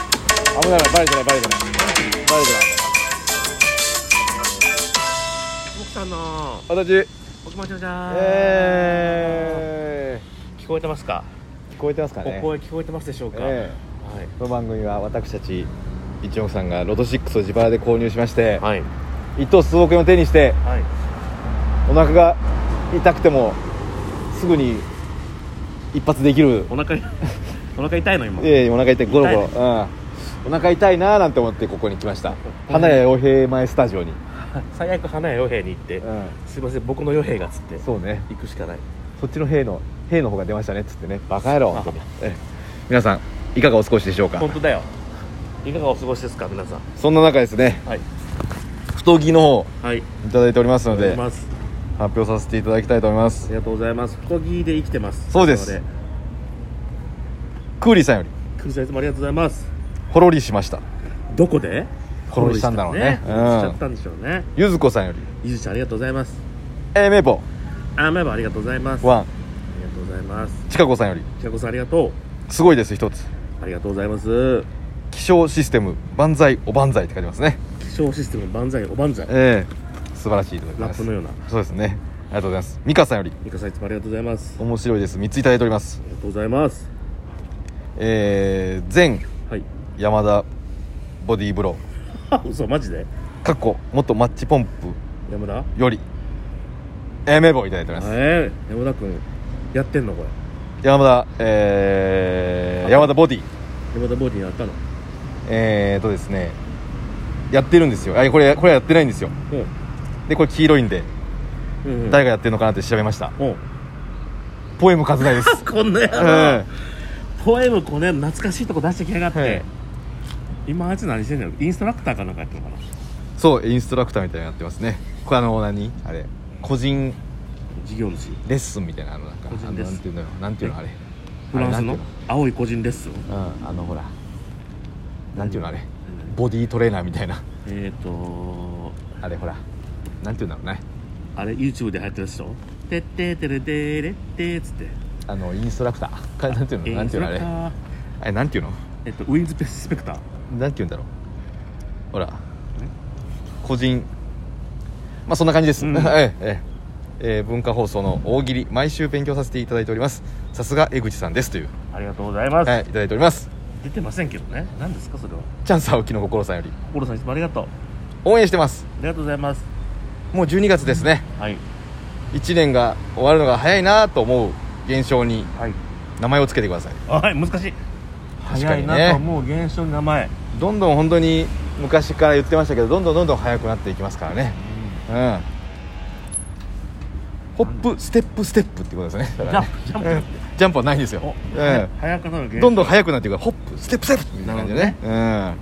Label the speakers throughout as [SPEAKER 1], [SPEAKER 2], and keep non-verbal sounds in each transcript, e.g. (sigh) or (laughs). [SPEAKER 1] 危ない危ないバレてないバレてないバレてない
[SPEAKER 2] 奥さんの
[SPEAKER 1] 私
[SPEAKER 2] お気持ちのじゃー
[SPEAKER 1] え
[SPEAKER 2] 聞こえてますか
[SPEAKER 1] ー、聞こえてますか
[SPEAKER 2] お
[SPEAKER 1] ね
[SPEAKER 2] 声聞こえてますでしょうか、
[SPEAKER 1] えこの番組は私たち一億さんがロト6を自腹で購入しまして、
[SPEAKER 2] はいはい
[SPEAKER 1] 一等数億円を手にして
[SPEAKER 2] はい
[SPEAKER 1] お腹が痛くてもすぐに一発できる
[SPEAKER 2] お腹 (laughs) お腹痛いの今
[SPEAKER 1] ええお腹痛いゴロゴロ、
[SPEAKER 2] 痛
[SPEAKER 1] うん、お腹痛いなーなんて思ってここに来ました花屋洋平前スタジオに、
[SPEAKER 2] 最悪花屋与兵衛に行って、
[SPEAKER 1] うん、
[SPEAKER 2] すいません僕の与兵衛がっつって
[SPEAKER 1] そうね
[SPEAKER 2] 行くしかない
[SPEAKER 1] そっちの兵の兵の方が出ましたねっつってねバカ野郎本当にええ皆さんいかがお過ごしでしょうか
[SPEAKER 2] 本当だよいかがお過ごしですか皆さん
[SPEAKER 1] そんな中ですね
[SPEAKER 2] はい
[SPEAKER 1] 太着の方
[SPEAKER 2] はい
[SPEAKER 1] いただいておりますの
[SPEAKER 2] ありがとうござ
[SPEAKER 1] で
[SPEAKER 2] います
[SPEAKER 1] 発表させていただきたいと思いま
[SPEAKER 2] あ
[SPEAKER 1] す
[SPEAKER 2] りがとうございます太着で生きてます
[SPEAKER 1] そうです
[SPEAKER 2] なの
[SPEAKER 1] クーリーさんより
[SPEAKER 2] クリスさんいつもありがとうございます
[SPEAKER 1] ほろりしました
[SPEAKER 2] どこで
[SPEAKER 1] ほろりしたんだろうね
[SPEAKER 2] ほろりしちゃ
[SPEAKER 1] うん
[SPEAKER 2] ったんでしょうね
[SPEAKER 1] ゆずこさんより
[SPEAKER 2] ゆずちゃんありがとうございます
[SPEAKER 1] えー、メーポ
[SPEAKER 2] あめばありがとうございます
[SPEAKER 1] ワン
[SPEAKER 2] ありがとうございます
[SPEAKER 1] ちかこさんより
[SPEAKER 2] ちゃこさんありがとう
[SPEAKER 1] すごいです一つ
[SPEAKER 2] ありがとうございます
[SPEAKER 1] 気象システム万歳お万歳って書いてますね
[SPEAKER 2] 気象システム万歳おばんざい
[SPEAKER 1] ええ素晴らしいと思い
[SPEAKER 2] ラ
[SPEAKER 1] ま
[SPEAKER 2] ッ
[SPEAKER 1] す
[SPEAKER 2] プのような
[SPEAKER 1] そうですねありがとうございますミカさんより
[SPEAKER 2] ミカさんいつもありがとうございますあ
[SPEAKER 1] 面白いです3ついただいております
[SPEAKER 2] りがとうございます
[SPEAKER 1] えー、前
[SPEAKER 2] はい (laughs)
[SPEAKER 1] 山田ボディーブロ
[SPEAKER 2] 嘘マジで
[SPEAKER 1] ーかっこ元マッチポンプ
[SPEAKER 2] 山田
[SPEAKER 1] よりえー、名簿いただいております、
[SPEAKER 2] ええ山田君やってんのこれ
[SPEAKER 1] 山田えー、山田ボディ
[SPEAKER 2] 山田ボディやったの
[SPEAKER 1] えーとですねやってるんですよあこれこれやってないんですよでこれ黄色いんで
[SPEAKER 2] うんうんうん
[SPEAKER 1] 誰がやってるのかなって調べました
[SPEAKER 2] うん
[SPEAKER 1] ポエム数ないです
[SPEAKER 2] (laughs) こんなや
[SPEAKER 1] え
[SPEAKER 2] ろ
[SPEAKER 1] ー
[SPEAKER 2] ポエムこうね懐かしいとこ出してきやがっ
[SPEAKER 1] は
[SPEAKER 2] て
[SPEAKER 1] い
[SPEAKER 2] 今あいつ何してんのインストラクターかなんかやってんのかな
[SPEAKER 1] そうインストラクターみたいになってますねこれあの何あれ個人
[SPEAKER 2] 事業主
[SPEAKER 1] レッスンみたいなあのなんか
[SPEAKER 2] 個人
[SPEAKER 1] あの
[SPEAKER 2] レッスン
[SPEAKER 1] なんていうのよなんていうのあれ
[SPEAKER 2] フランス
[SPEAKER 1] あ
[SPEAKER 2] の
[SPEAKER 1] れなんて
[SPEAKER 2] 青い個人レッスン
[SPEAKER 1] いうのうんあのほらなんていうのあれボディートレーナーみたいな
[SPEAKER 2] えっ、ー、と
[SPEAKER 1] あれほらなんていうんだろうね
[SPEAKER 2] あれ YouTube で流行ってるでしょ「てっててれてれって」っつって
[SPEAKER 1] あのインストラクター (laughs) かなんていうの
[SPEAKER 2] えー
[SPEAKER 1] なんていうのあれ
[SPEAKER 2] そ
[SPEAKER 1] あ
[SPEAKER 2] か
[SPEAKER 1] れなんていうの
[SPEAKER 2] えっとウィンズペスペクター
[SPEAKER 1] なんていうんだろうほら個人まあそんな感じです、
[SPEAKER 2] う
[SPEAKER 1] (laughs)
[SPEAKER 2] ん
[SPEAKER 1] えええええー文化放送の大喜利毎週勉強させていただいておりますさすが江口さんですという、
[SPEAKER 2] ありがとうございます、
[SPEAKER 1] はい、いただいております
[SPEAKER 2] 出てませんけどね何ですかそれは
[SPEAKER 1] チャンス青木の心さんより
[SPEAKER 2] 心さんいつもありがとうあ
[SPEAKER 1] 応援してます
[SPEAKER 2] りがとうございます
[SPEAKER 1] もう12月ですね
[SPEAKER 2] はい
[SPEAKER 1] 1年が終わるのが早いなと思う現象に
[SPEAKER 2] はい
[SPEAKER 1] 名前をつけてください
[SPEAKER 2] はい難しい
[SPEAKER 1] 確か
[SPEAKER 2] 早
[SPEAKER 1] に
[SPEAKER 2] い
[SPEAKER 1] ね
[SPEAKER 2] なと思う現象の名前、
[SPEAKER 1] どんどん本当に昔から言ってましたけどどんどんどんどん早くなっていきますからねうんホップステップステップってことですねだからね
[SPEAKER 2] ジャンプジャンプ
[SPEAKER 1] うんジャンプはないんですよ
[SPEAKER 2] お、、
[SPEAKER 1] え
[SPEAKER 2] 早くなる現
[SPEAKER 1] え
[SPEAKER 2] 象
[SPEAKER 1] どんどん
[SPEAKER 2] あ
[SPEAKER 1] 早くなっていくからホップステップステップみたいな感じでねうんっ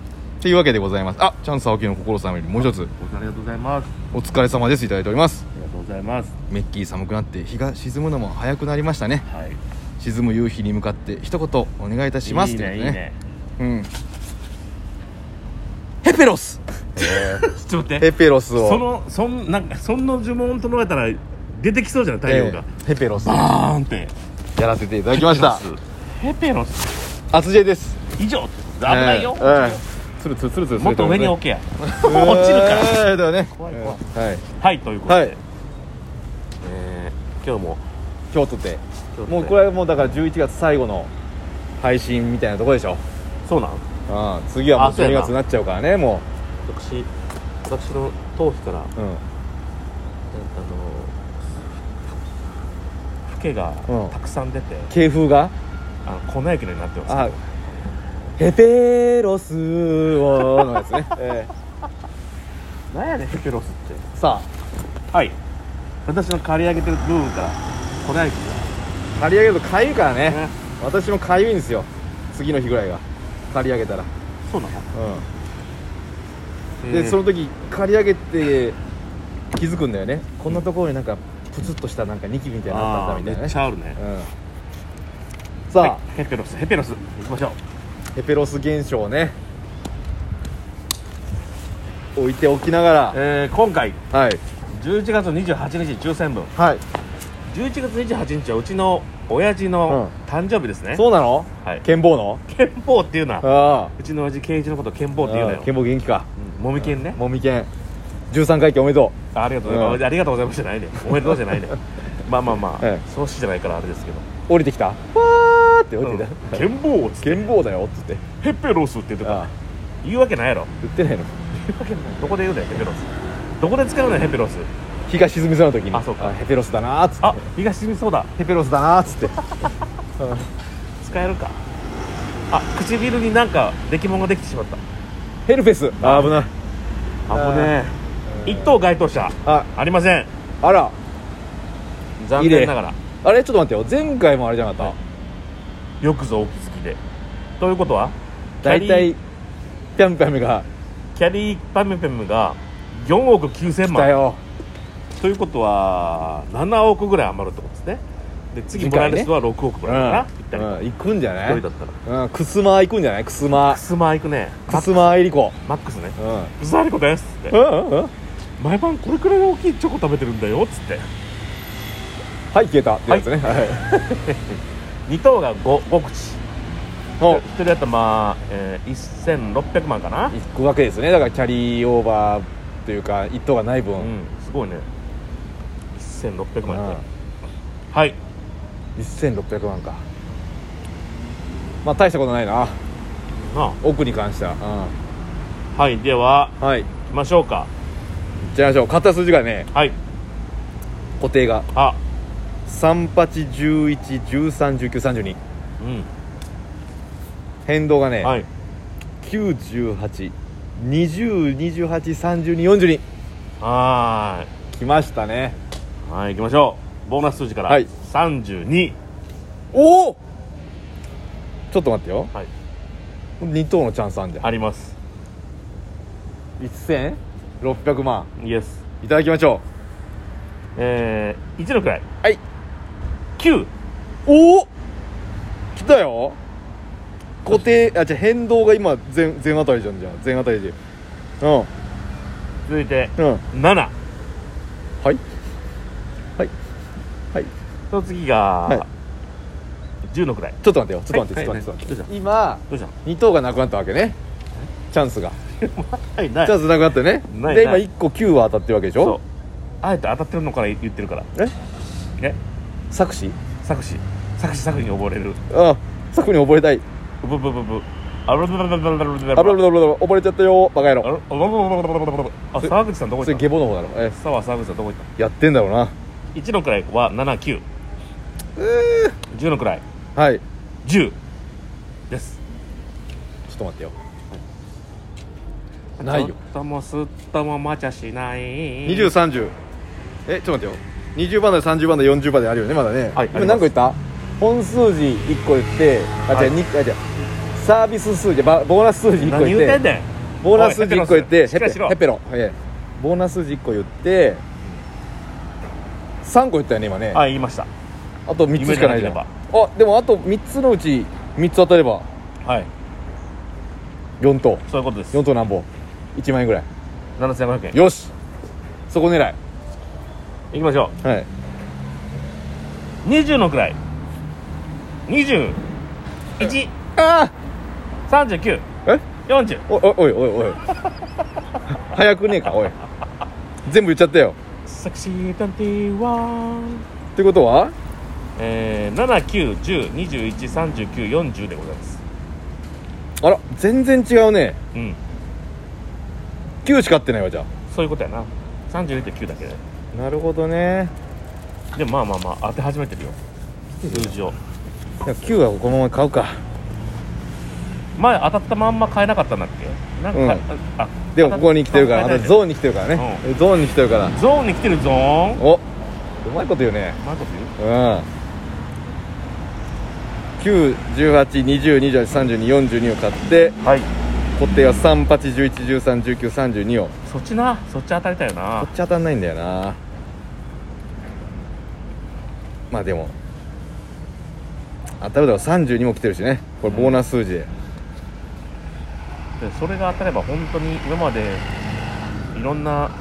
[SPEAKER 1] ていうわけでございますあチャンス青木の心さんよりもう一つ
[SPEAKER 2] りがとうございますあ
[SPEAKER 1] お疲れ様ですいただいております
[SPEAKER 2] りがとうございます
[SPEAKER 1] メッキー寒くなって日が沈むのも早くなりましたね
[SPEAKER 2] はい
[SPEAKER 1] 沈む夕日に向かって一言お願いいたします
[SPEAKER 2] いい
[SPEAKER 1] って
[SPEAKER 2] ねいい
[SPEAKER 1] こと
[SPEAKER 2] ね
[SPEAKER 1] うんヘペロス (laughs)
[SPEAKER 2] ちょっと待って
[SPEAKER 1] ヘペロスを
[SPEAKER 2] そのそんなんかそんな呪文唱えたら出てきそうじゃない太陽が、
[SPEAKER 1] ええヘペロスや
[SPEAKER 2] バーンって
[SPEAKER 1] らせていただきま
[SPEAKER 2] (laughs)
[SPEAKER 1] した
[SPEAKER 2] ヘペロス
[SPEAKER 1] アツジェです
[SPEAKER 2] 以上危ないよ、
[SPEAKER 1] ええええつるつるつるつる
[SPEAKER 2] もっと上に置
[SPEAKER 1] き
[SPEAKER 2] けや落ちるから
[SPEAKER 1] らだよね
[SPEAKER 2] 怖い怖い
[SPEAKER 1] ええはい
[SPEAKER 2] はいということで、
[SPEAKER 1] はい
[SPEAKER 2] えー今日も
[SPEAKER 1] 京都で
[SPEAKER 2] 京都で
[SPEAKER 1] もうこれはもうだから11月最後の配信みたいなとこでしょ
[SPEAKER 2] そうなん
[SPEAKER 1] ああ次はも
[SPEAKER 2] あ
[SPEAKER 1] う
[SPEAKER 2] そう
[SPEAKER 1] 12
[SPEAKER 2] やな
[SPEAKER 1] 月になっちゃうからねも
[SPEAKER 2] 私私の頭皮からなんか
[SPEAKER 1] ううん
[SPEAKER 2] あのふふけが
[SPEAKER 1] うん
[SPEAKER 2] たくさん出て、
[SPEAKER 1] 系風が
[SPEAKER 2] あの粉雪のようになってます
[SPEAKER 1] あヘペロスをのやつ
[SPEAKER 2] (laughs)
[SPEAKER 1] ね、え
[SPEAKER 2] なんやねんヘペロスって
[SPEAKER 1] えさ
[SPEAKER 2] はい私の刈り上げてる部分から粉雪
[SPEAKER 1] あ刈り上げるとかゆいからね
[SPEAKER 2] がね
[SPEAKER 1] 私もかゆいんですよ次の日ぐらいが刈り上げたら
[SPEAKER 2] そうなの、
[SPEAKER 1] うんでそ
[SPEAKER 2] の
[SPEAKER 1] の時刈り上げて気づくんだよねこんなところになんかプツッとしたなんかニキビみたいなのあったん
[SPEAKER 2] あー
[SPEAKER 1] だみたいな
[SPEAKER 2] めっ
[SPEAKER 1] ね
[SPEAKER 2] ちゃあるね、
[SPEAKER 1] うんさあ、
[SPEAKER 2] はいヘペロスヘペロス行きましょう
[SPEAKER 1] ヘペロス現象をね置いておきなが
[SPEAKER 2] えー今回
[SPEAKER 1] らはい
[SPEAKER 2] 11月28日抽選分
[SPEAKER 1] はい
[SPEAKER 2] 11月28日はうちの親父の誕生日ですね、
[SPEAKER 1] そうなの
[SPEAKER 2] はい
[SPEAKER 1] 剣坊の
[SPEAKER 2] 剣法っていうな
[SPEAKER 1] あ
[SPEAKER 2] うちの親父圭一のこと剣
[SPEAKER 1] あ
[SPEAKER 2] 法っていうなよ
[SPEAKER 1] 剣坊元気か
[SPEAKER 2] うんもみ剣ね
[SPEAKER 1] もみ剣13回忌おめでと
[SPEAKER 2] あありがとうございます、
[SPEAKER 1] うん
[SPEAKER 2] ありがとうございますじゃないねおめでとうじゃないねまあまあまあ、
[SPEAKER 1] え
[SPEAKER 2] そうしじゃないからあれですけど
[SPEAKER 1] う降りてきたわーって降りてき
[SPEAKER 2] 「
[SPEAKER 1] た (laughs)
[SPEAKER 2] 剣法」っつって
[SPEAKER 1] 剣坊だよっつって
[SPEAKER 2] 「ヘッペロス」って言って
[SPEAKER 1] ああ
[SPEAKER 2] た言うわけないやろ
[SPEAKER 1] 言ってないの
[SPEAKER 2] 言うわけないどこで言うねんヘッペロスどこで使うねんヘッペロス
[SPEAKER 1] 日が沈みそうな時に
[SPEAKER 2] あそうか
[SPEAKER 1] ヘペロスだなーっつって
[SPEAKER 2] あ日が沈みそうだ
[SPEAKER 1] ヘペロスだなーっつってうん
[SPEAKER 2] 使えるかあ唇になんか出来物ができてしまった
[SPEAKER 1] ヘルペスあ危ない
[SPEAKER 2] あぶねえ一等該当者
[SPEAKER 1] あ
[SPEAKER 2] ありません
[SPEAKER 1] あら
[SPEAKER 2] 残念ながら
[SPEAKER 1] あれちょっと待ってよ前回もあれじゃなかった
[SPEAKER 2] よくぞお気づきでということは
[SPEAKER 1] 大
[SPEAKER 2] キャリ
[SPEAKER 1] 体
[SPEAKER 2] ー
[SPEAKER 1] ピャンピャンが
[SPEAKER 2] キャリーパムペムが4億9000
[SPEAKER 1] 来た
[SPEAKER 2] 万
[SPEAKER 1] よ
[SPEAKER 2] ということは7億ぐらい余るってことですねで次
[SPEAKER 1] 次
[SPEAKER 2] もらえ
[SPEAKER 1] 回ね
[SPEAKER 2] る人は6億ぐらいかなぴったり
[SPEAKER 1] うん行くんじゃない
[SPEAKER 2] 一人だったら
[SPEAKER 1] うんくすま行くんじゃないくすま
[SPEAKER 2] クスマ行くね
[SPEAKER 1] くすまえりこ
[SPEAKER 2] マックスね
[SPEAKER 1] うんうん
[SPEAKER 2] 「うざいこです」っつって
[SPEAKER 1] うんうん
[SPEAKER 2] 「毎晩これくらいの大きいチョコ食べてるんだよ」っつって
[SPEAKER 1] はい消えたってやつねはい
[SPEAKER 2] 2等が 5, 5口
[SPEAKER 1] お
[SPEAKER 2] 一人頭、えー、1600万かな、
[SPEAKER 1] 行くわけですねだからキャリーオーバーというか一等がない
[SPEAKER 2] うん
[SPEAKER 1] 分
[SPEAKER 2] すごいね1600
[SPEAKER 1] う
[SPEAKER 2] 万や
[SPEAKER 1] ん
[SPEAKER 2] ねはい
[SPEAKER 1] 1600万かまあ大したことないな
[SPEAKER 2] あ
[SPEAKER 1] 奥に関しては
[SPEAKER 2] はいでは
[SPEAKER 1] うんはい
[SPEAKER 2] 行きましょうか
[SPEAKER 1] じゃあましょう買った数字がね
[SPEAKER 2] はい
[SPEAKER 1] 固定が
[SPEAKER 2] あ
[SPEAKER 1] 3811131932
[SPEAKER 2] うん、
[SPEAKER 1] 変動がね、
[SPEAKER 2] はい
[SPEAKER 1] 9820283242
[SPEAKER 2] は
[SPEAKER 1] 来ましたね
[SPEAKER 2] ーいはい行きましょうボーナス数字から、
[SPEAKER 1] はい
[SPEAKER 2] 32
[SPEAKER 1] おおちょっと待ってよ
[SPEAKER 2] はい
[SPEAKER 1] 2等のチャンスあんじゃん、
[SPEAKER 2] あります
[SPEAKER 1] 1600万
[SPEAKER 2] イエス
[SPEAKER 1] いただきましょ
[SPEAKER 2] えー、1の位
[SPEAKER 1] はいう
[SPEAKER 2] 9
[SPEAKER 1] おお来たよ固定あじゃ変動が今全全あたりじゃんじゃあ全あたりでうん
[SPEAKER 2] 続いて
[SPEAKER 1] うん
[SPEAKER 2] 7
[SPEAKER 1] はいはいはい
[SPEAKER 2] その次が、
[SPEAKER 1] はい
[SPEAKER 2] 10の位
[SPEAKER 1] ちょっと待ってよちょっと待って、
[SPEAKER 2] はい
[SPEAKER 1] ちょっと待って、ちょっ
[SPEAKER 2] はい
[SPEAKER 1] と待って今
[SPEAKER 2] どうしたの
[SPEAKER 1] 2等がなくなったわけねチャンスが
[SPEAKER 2] はいない
[SPEAKER 1] チャンスなくなってね
[SPEAKER 2] ない
[SPEAKER 1] で今
[SPEAKER 2] ない
[SPEAKER 1] 1個9は当たってるわけでし
[SPEAKER 2] そう
[SPEAKER 1] ょ
[SPEAKER 2] あえて当たってるのから言ってるから
[SPEAKER 1] え
[SPEAKER 2] ね
[SPEAKER 1] 作詞
[SPEAKER 2] 作詞作詞作詞に溺れる
[SPEAKER 1] あ作に溺れたい
[SPEAKER 2] ブブブブあららららららららら
[SPEAKER 1] あぶらぶらぶら溺れちゃったよバカ野
[SPEAKER 2] あ
[SPEAKER 1] 郎
[SPEAKER 2] らあらららららららあ沢口さんどこ
[SPEAKER 1] それ
[SPEAKER 2] 行った
[SPEAKER 1] ゲボの方だろえ
[SPEAKER 2] 沢沢口さんどこ行った
[SPEAKER 1] やってんだろうな
[SPEAKER 2] 一の位は79十の位
[SPEAKER 1] はいち
[SPEAKER 2] 10です
[SPEAKER 1] ょっと待ってよないよ
[SPEAKER 2] ちょっともすっとも待ちゃしない
[SPEAKER 1] 2030えちょっと待ってよ20番台30番台40番台あるよねまだね今
[SPEAKER 2] はいあります
[SPEAKER 1] 何個言った本数字1個言ってあ
[SPEAKER 2] は
[SPEAKER 1] じゃ
[SPEAKER 2] い
[SPEAKER 1] あ2あじゃサービス数字ばボーナス数字1個
[SPEAKER 2] 何
[SPEAKER 1] 言
[SPEAKER 2] 言
[SPEAKER 1] っ
[SPEAKER 2] うて
[SPEAKER 1] て
[SPEAKER 2] んねん
[SPEAKER 1] ボーナス数字1個言って
[SPEAKER 2] おいヘペロスしっかりしろ
[SPEAKER 1] ヘペロはいボーナス数字1個言って3個言ったよね今ね
[SPEAKER 2] はい言いました
[SPEAKER 1] あと3つしかないじゃん
[SPEAKER 2] 夢
[SPEAKER 1] あ
[SPEAKER 2] じ
[SPEAKER 1] でもあと3つのうち3つ当たれば
[SPEAKER 2] はい
[SPEAKER 1] 4等
[SPEAKER 2] そういうことです
[SPEAKER 1] 4等なんぼ1万円ぐらい
[SPEAKER 2] 7500円
[SPEAKER 1] よしそこ狙いはい
[SPEAKER 2] 行きましょう20の位21
[SPEAKER 1] ああ
[SPEAKER 2] 39
[SPEAKER 1] え
[SPEAKER 2] 40
[SPEAKER 1] おおおいおいおい (laughs) 早くねえかおい全部言っちゃったよ
[SPEAKER 2] セクシータンティワン
[SPEAKER 1] ってことは
[SPEAKER 2] えー、7 9 1 0 2 1 3 9 4 0でございます
[SPEAKER 1] あら全然違うね
[SPEAKER 2] うん
[SPEAKER 1] 9しか合ってないわじゃ
[SPEAKER 2] そういうことやな32.9だけで
[SPEAKER 1] あなるほどね
[SPEAKER 2] でもまあまあまあ当て始めてるよ数字を
[SPEAKER 1] 9はこのまま買うか
[SPEAKER 2] 前当たったまんま買えなかったんだっけなんか、
[SPEAKER 1] うん
[SPEAKER 2] あ
[SPEAKER 1] でもここに来てるから
[SPEAKER 2] あ
[SPEAKER 1] あ
[SPEAKER 2] た
[SPEAKER 1] とゾーンに来てるからね、ゾーンに来てるから
[SPEAKER 2] ゾーンに来てるゾーン
[SPEAKER 1] おうまいこと言うね
[SPEAKER 2] マコス言う
[SPEAKER 1] うん91820283232を買って
[SPEAKER 2] はい
[SPEAKER 1] 固定は3811131932を
[SPEAKER 2] そっちなそっち当たりたいよ
[SPEAKER 1] こ
[SPEAKER 2] な
[SPEAKER 1] っち当たんないんだよなまあでも当たるだろう32も来てるしねこれボーナス数字で、
[SPEAKER 2] でそれが当たれば本当に今までいろんな、ね、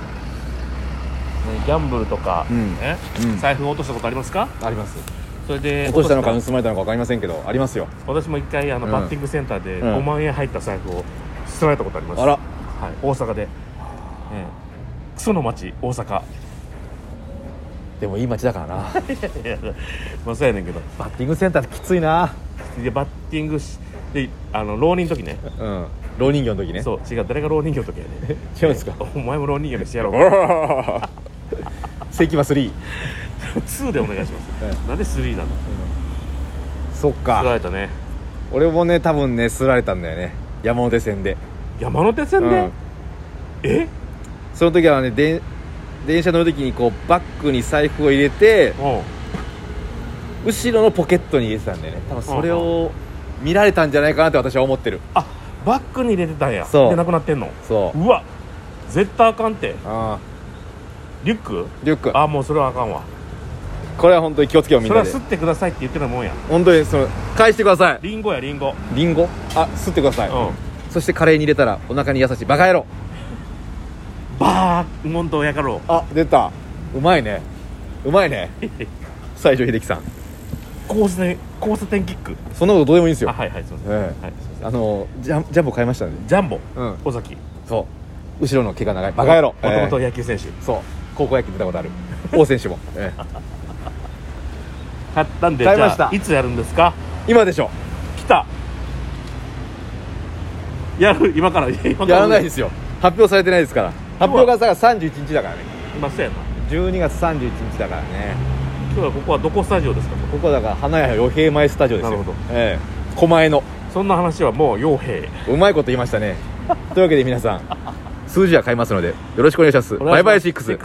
[SPEAKER 2] ギャンブルとか、
[SPEAKER 1] うん
[SPEAKER 2] ね
[SPEAKER 1] うん
[SPEAKER 2] 財布を落としたことありますか
[SPEAKER 1] あります
[SPEAKER 2] それで
[SPEAKER 1] 落としたのか盗まれたのか分かりませんけどありますよ
[SPEAKER 2] 私も一回あの、
[SPEAKER 1] うん
[SPEAKER 2] バッティングセンターで
[SPEAKER 1] うん
[SPEAKER 2] 5万円入った財布を捨てられたことあります
[SPEAKER 1] あら
[SPEAKER 2] はい、大阪で、ええ、クソの町大阪
[SPEAKER 1] でもいい街だからな
[SPEAKER 2] いやまあそうやねんけど
[SPEAKER 1] バッティングセンターってきついな
[SPEAKER 2] でバッティングしであの浪人の時ね
[SPEAKER 1] うん老人形の時ね
[SPEAKER 2] そう違う誰が浪人形の時やね
[SPEAKER 1] 違うんです
[SPEAKER 2] (laughs)
[SPEAKER 1] か
[SPEAKER 2] お前も浪人形にしてやろう
[SPEAKER 1] 関は3
[SPEAKER 2] 2でお願いします、
[SPEAKER 1] え
[SPEAKER 2] なんで3なの
[SPEAKER 1] そっ
[SPEAKER 2] 釣ら
[SPEAKER 1] か
[SPEAKER 2] れたね
[SPEAKER 1] 俺もね多分ねすられたんだよね山手線で、
[SPEAKER 2] 山手線で、
[SPEAKER 1] うん、
[SPEAKER 2] え
[SPEAKER 1] その時はねで電車乗る時にこうバッグに財布を入れて
[SPEAKER 2] うん
[SPEAKER 1] 後ろのポケットに入れてたんだよね多分それを見られたんじゃないかなって私は思ってる
[SPEAKER 2] あバッグに入れてたんや
[SPEAKER 1] そう
[SPEAKER 2] でなくなってんの
[SPEAKER 1] そう
[SPEAKER 2] うわ絶対あかんって
[SPEAKER 1] あ
[SPEAKER 2] リュック
[SPEAKER 1] あリュック
[SPEAKER 2] あもうそれはあかんわ
[SPEAKER 1] これは本当に気をつけようみ
[SPEAKER 2] そ
[SPEAKER 1] ん
[SPEAKER 2] れ
[SPEAKER 1] な
[SPEAKER 2] は
[SPEAKER 1] で
[SPEAKER 2] 吸ってくださいって言ってるもんや
[SPEAKER 1] 本当にその返してください
[SPEAKER 2] リンゴやリンゴ
[SPEAKER 1] リンゴあ吸ってください、
[SPEAKER 2] う
[SPEAKER 1] そしてカレーに入れたらお腹に優しいバカ野郎
[SPEAKER 2] んバーモンとやかろう
[SPEAKER 1] あ出たうまいねうまいね西城秀樹さん
[SPEAKER 2] 交差点交差点キック
[SPEAKER 1] そんなことどうでもいいんです
[SPEAKER 2] あ
[SPEAKER 1] よ
[SPEAKER 2] はいはいすいません、
[SPEAKER 1] ええ
[SPEAKER 2] はい、すいません
[SPEAKER 1] あのジャンジャンボ買いましたね
[SPEAKER 2] ジャンボ
[SPEAKER 1] うん
[SPEAKER 2] 尾崎
[SPEAKER 1] そう後ろの毛が長いバカ野郎
[SPEAKER 2] もともと
[SPEAKER 1] え
[SPEAKER 2] 野球選
[SPEAKER 1] え
[SPEAKER 2] 手、
[SPEAKER 1] そう高校野球出たことある王選手も、ええ
[SPEAKER 2] 買ったんで
[SPEAKER 1] 買いました
[SPEAKER 2] じゃあいつやるんですか
[SPEAKER 1] 今でしょ
[SPEAKER 2] 来たやる今から今から
[SPEAKER 1] やらないですよ発表されてないですから発表がさ31日だからね
[SPEAKER 2] 今そうやな
[SPEAKER 1] 12月31日だからね
[SPEAKER 2] 今日はここはどこスタジオですか
[SPEAKER 1] ここだから花屋与平前スタジオですよ
[SPEAKER 2] なるほど
[SPEAKER 1] ええ狛江の
[SPEAKER 2] そんな話はもう傭兵
[SPEAKER 1] うまいこと言いましたねというわけで皆さん数字は買いますのでよろしくお願いします
[SPEAKER 2] お願いします
[SPEAKER 1] バイバイシックス